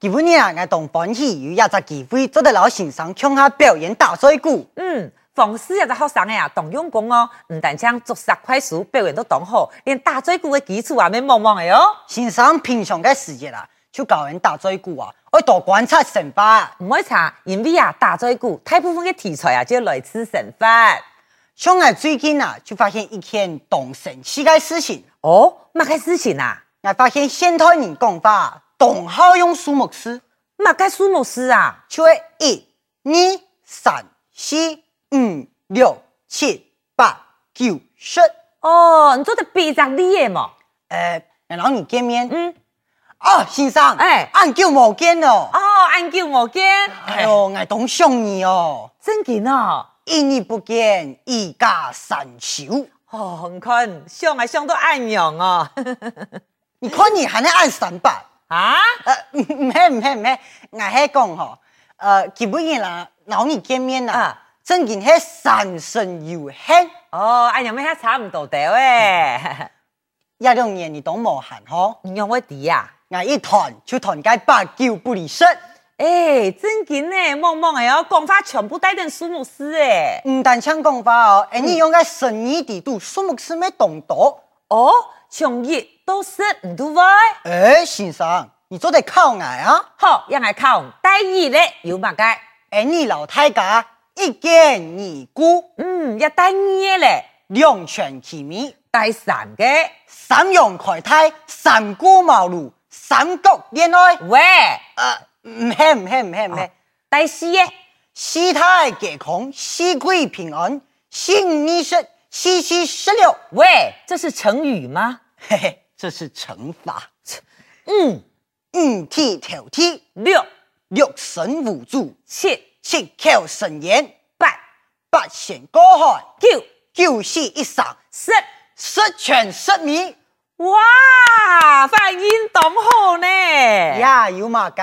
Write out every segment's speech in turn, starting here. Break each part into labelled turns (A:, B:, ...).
A: 伊本娘爱当本戏有一只机会，做得老先生向下表演打水鼓。
B: 嗯，冯氏一个学生呀，董永功哦，唔但将作杀快书表现都当好，连打嘴鼓的基础也免茫茫的哦。
A: 先生平常嘅时日啊，就教人打水鼓啊，爱多观察神啊法。
B: 唔好查，因为啊，打嘴鼓大部分嘅题材啊，就来自神法。
A: 像我最近啊，就发现一件动神奇嘅事情，
B: 哦，乜个事情啊？
A: 我发现现代人讲话动好用数目字，
B: 乜个数目师啊？
A: 就会一、二、三、四、五、六、七、八、九、十。
B: 哦，你做得比着你的嘛？
A: 呃，我老你见面。
B: 嗯，
A: 哦，先生，
B: 哎
A: 俺叫毛见哦。
B: 哦，按叫无见，
A: 哎呦，我懂想你哦，
B: 真见哦。
A: 一年不见，一家三秋。
B: 哦，你看，想啊想都按样哦。
A: 你看你还能按三百？
B: 啊？
A: 呃， 唔系唔系唔系，我系讲吼，呃，基本上啦，老你见面啦
B: 啊，
A: 真件系三生有幸，
B: 哦，按样咩差唔多哦哎掉 诶。
A: 一两年你都无闲吼，
B: 你用我滴啊？
A: 我一谈就谈个八九不离十，
B: 诶、哎真紧呢，梦梦诶哦，讲法全部带点苏姆斯诶。
A: 唔但像讲话哦，哎，你用个生意地度，数目是咩动多？
B: 哦，从热到湿唔到位，
A: 哎，先生，你做得靠我啊？
B: 好，让我看带热咧有乜解？
A: 哎，你老太家一见二顾。
B: 嗯，一带热咧，
A: 两全其美，
B: 带散嘅。
A: 三阳开泰，三顾茅庐，三国恋爱。
B: 喂，
A: 呃，唔系唔系唔系
B: 啊
A: 唔系，
B: 带湿嘅，
A: 四太健康，四季平安，四五二十，四七十六。
B: 喂，这是成语吗？
A: 嘿嘿，这是乘法。
B: 嗯，
A: 五体投地，
B: 六
A: 六神无主，
B: 七
A: 七窍生烟，
B: 八
A: 八仙过海，
B: 九
A: 九死一生，
B: 十。
A: 十全十美。
B: 哇，发音懂好呢！
A: 哎呀，有嘛解？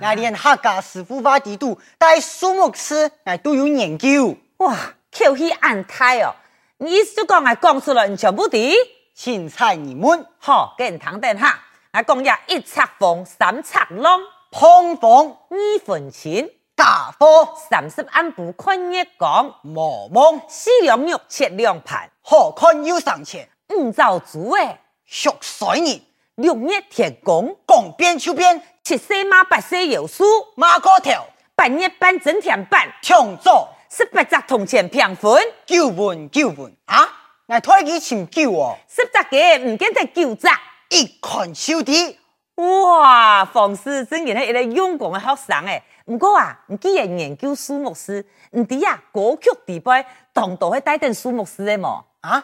A: 我连客家师傅话地度，带数目师，我哎都有研究。
B: 哇，口气暗胎哦！你意思就讲我啊讲出来，你全部滴？
A: 青菜你们
B: 好，给你堂等下，我讲呀，一尺风，三尺浪，
A: 碰碰
B: 二分钱，
A: 大火
B: 三十暗不看一讲，
A: 莫忘，
B: 四两肉切两盘，
A: 何看又上前，
B: 五灶煮诶，
A: 熟水人
B: 六日铁工，
A: 讲边就边，
B: 七岁马八岁有书，
A: 马过条
B: 八日半整天半，
A: 抢走
B: 十八只铜钱平分，
A: 救援救援啊！我推己寻救哦，
B: 十只嘅唔见得九只。
A: 一看手底
B: 哇，冯师真然系一个勇敢嘅学生诶。唔过啊，唔既然研究树木师，唔知啊歌曲地杯同道去带定树木师诶嘛？
A: 啊！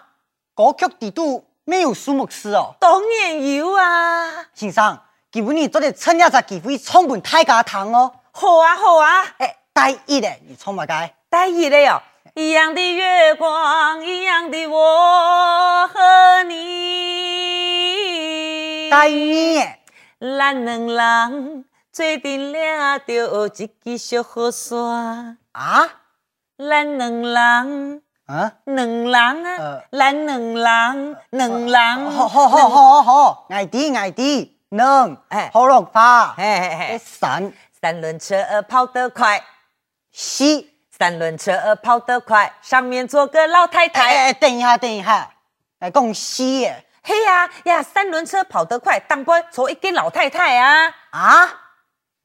A: 歌曲地度没有数目师哦，
B: 当然有啊！
A: 先生，基本你做得趁一只机会创本太家堂哦。
B: 好啊好啊，
A: 哎，第一嘞，你创嘛该？
B: 带伊嘞哦。一样的月光，一样的我和你。
A: 第二，
B: 咱两人做阵俩着一支小雨伞，
A: 啊
B: 咱两人。
A: 啊！
B: 两人啊
A: 呃，
B: 咱两人，两人，
A: 好好好
B: 两，
A: 好好，矮啲矮啲，能，
B: 哎
A: 好落花，
B: 嘿嘿
A: 一
B: 嘿，
A: 三
B: 三轮车跑得快，
A: 四，
B: 三轮车跑得快，上面坐个老太
A: 哎
B: 太。
A: 哎，等一下等一下，来讲四耶，
B: 嘿呀呀，三轮车跑得快，当官坐一个老太太啊。
A: 啊，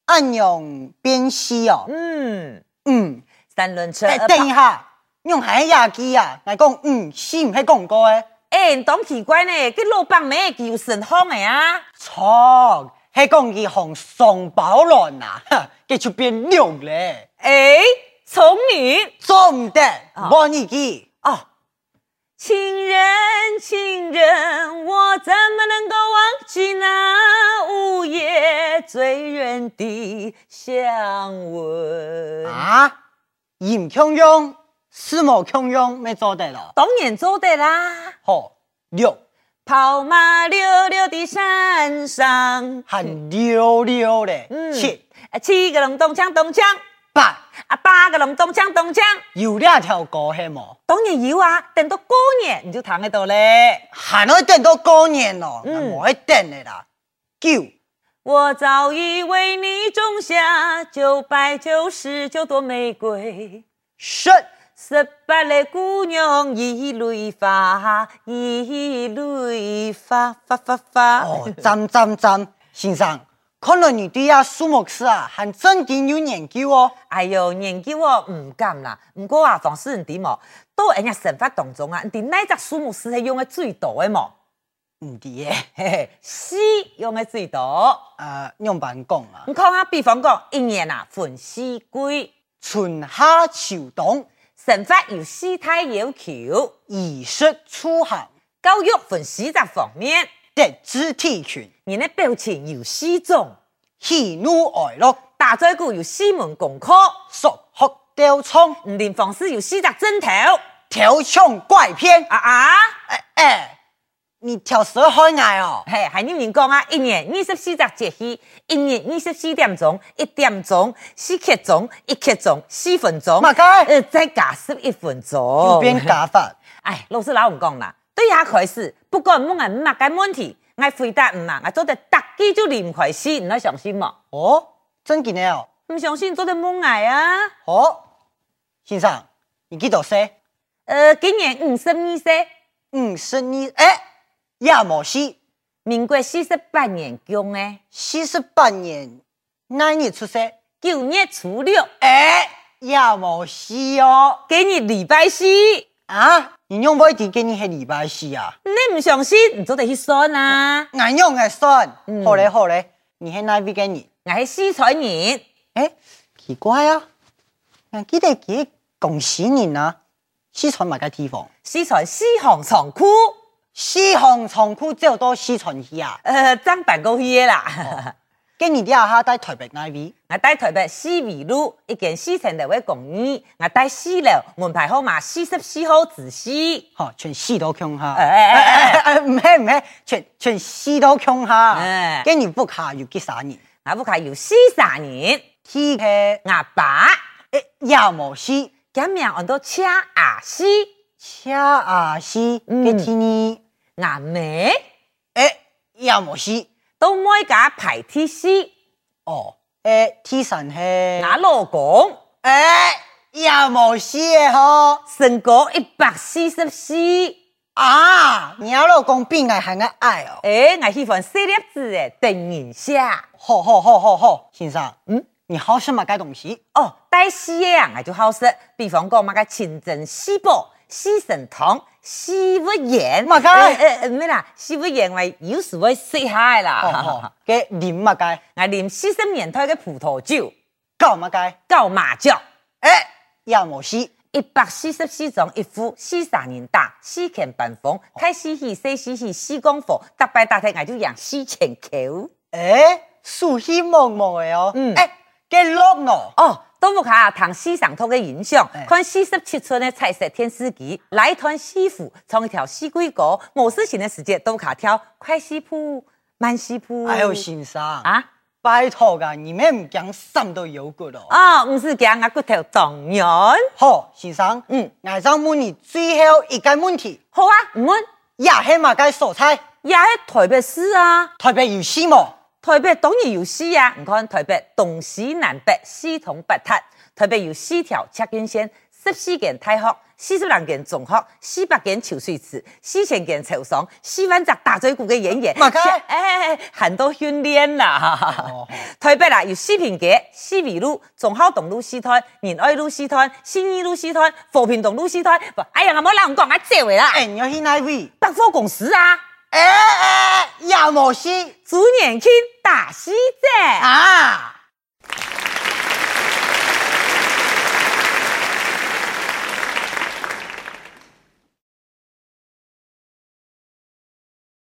A: 按用变四哦，
B: 嗯，
A: 嗯，
B: 三轮车呃
A: 哎，等一
B: 跑，
A: 下，用海牙机啊，来讲嗯，四唔系讲过诶，
B: 哎，你懂奇怪呢，个老板妹叫神风的啊。
A: 错，系讲伊红双保卵啊，哈佢就变六咧，
B: 哎，聪明
A: 做唔得，
B: 啊
A: 冇你机。
B: 哦。情人，情人，我怎么能够忘记那午夜醉人的香吻？
A: 啊，严强用，四毛强用，没做对了。
B: 当然做得啦。
A: 好，六
B: 跑马溜溜的山上，
A: 喊溜溜嘞，七
B: 啊七个龙咚锵咚锵，
A: 八
B: 啊八个龙咚锵咚锵，
A: 有两条歌系冇，
B: 当然有啊。等到过年你就躺喺度嘞。
A: 喊到等到过年咯，
B: 嗯
A: 我一等的啦。九
B: 我早已为你种下九百九十九朵玫瑰。
A: 十、
B: 十八个姑娘一蕊发，一蕊发发发发。
A: 哦，赞赞赞，先生，看来你对啊树木事啊，还真挺有研究哦。
B: 哎呦，研究我唔敢啦，唔过啊，房事人点哦，都人家神法当中啊，人哋那只树木是系用的最多的嘛，
A: 唔知耶，
B: 嘿嘿，是用的最多。
A: 啊，用板讲啊，
B: 你看啊，比方讲一年啊，分四季，
A: 春夏秋冬，
B: 神法有四态要求，
A: 衣食住行，
B: 教育分四只方面，
A: 德智体群，
B: 人的表情有四种，
A: 喜怒哀乐，
B: 大嘴鼓有四门功课，
A: 硕学雕窗，
B: 唔连房事有四只针头。
A: 调腔怪偏。
B: 啊啊！
A: 哎哎，你跳蛇开眼哦，
B: 嘿，还有人讲啊，一年二十四日节气，一年二十四点钟，一点钟，四刻钟，一刻钟，四分钟，
A: 马开
B: 呃，再加十一分钟。
A: 有变加法。
B: 哎，老师老唔讲啦，对下开始，不过冇人问嘅问题，我回答唔啊，我做得特技就唔开始，你相信冇？
A: 哦，真紧的哦。
B: 唔相信做得冇挨啊？
A: 哦，先生，你几多岁？
B: 呃，今年五十二岁，
A: 五十二，哎，也没事。
B: 民国四十八年供诶，
A: 四十八年，哪一年出生？
B: 九月初六，
A: 哎，也没事哦。
B: 今年礼拜四，
A: 啊，你用外地给你系礼拜四啊？
B: 你唔相信，你做得去算啊？
A: 俺用的算。
B: 嗯
A: 好嘞好嘞，你系哪位给你？
B: 我是哎四川人，
A: 哎，奇怪啊，俺记得几共西人啊，四川哪个地方？
B: 四川四行仓库，
A: 西行仓库只有到西川去啊，
B: 呃，张办公去的啦。
A: 今年底下哈在台北那边，
B: 我在台北四美路一间四层楼的公寓，我在四楼门牌号码四十四号子西。
A: 哈，全西都穷哈，
B: 哎哎哎哎
A: 哎哎，唔系唔系，全全西都穷哈
B: 哎，
A: 今年不卡有几三年，
B: 我屋企有四三年，
A: 天气
B: 我爸
A: 哎也无西，
B: 今年按到车阿西，
A: 车啊西，
B: 嗯
A: 嘅天呢，
B: 我妹
A: 哎也无西，
B: 到每家排天西，
A: 哦，哎天神嘿，
B: 我老公
A: 哎也无西的吼，
B: 身高一百四十四，
A: 啊，你老公病爱还爱爱哦。
B: 诶，哎我喜欢四粒字的等人下。
A: 好好好好好，先生，
B: 嗯
A: 嗯，你好什么该东西？
B: 哦，带西的啊，我就好食。比方讲，嘛个清蒸西宝、西神汤、西不盐，
A: 嘛个
B: 呃呃呃咩啦，西不盐为有时会食下的
A: 哦
B: 啦
A: 哦。，给啉嘛该，
B: 我啉四十年代嘅葡萄酒，
A: 搞嘛该，
B: 搞麻将，
A: 哎，也无事，
B: 一百四十四种一副，四三年打，四拳半
A: 哦
B: 风，太嘻嘻，四嘻嘻，四功夫，打败打踢我就养四千口。
A: 哎，树气茫茫的哦，
B: 嗯
A: 哎，给落哦，
B: 哦，都木卡唐西上头嘅影响
A: 哎，
B: 看四十七寸嘅彩色电视机，来一团西服，唱一条西归歌，冇事情的时节都卡跳快西谱、慢西谱。
A: 哎呦，先生，
B: 啊
A: 拜托噶，你们唔讲什都有骨咯。
B: 哦，唔是讲我骨头动人。
A: 好，先生，
B: 嗯
A: 嗯，我想问你最后一个问题，
B: 好啊，唔问，
A: 也系嘛该蔬菜，
B: 也系台北市啊，
A: 特别有哦事么？
B: 台北当然有西啊，你看台北东西南北四通八达，台北有四条赤根线，十四间大学。四十六间中学，四百间潮水池，四千间潮爽，四万只大嘴鼓嘅演员，
A: 嘛该
B: 哎，很多训练啦
A: 哦。
B: 台北啦，有四平街、四美路、中孝东路四摊、仁爱路四摊、新义路四摊、和平东路四摊。不哎呀，我冇人讲，我这位啦，
A: 哎，你要去哪位？
B: 百货公司啊，
A: 哎哎，也无事
B: 主年轻大师姐。
A: 啊。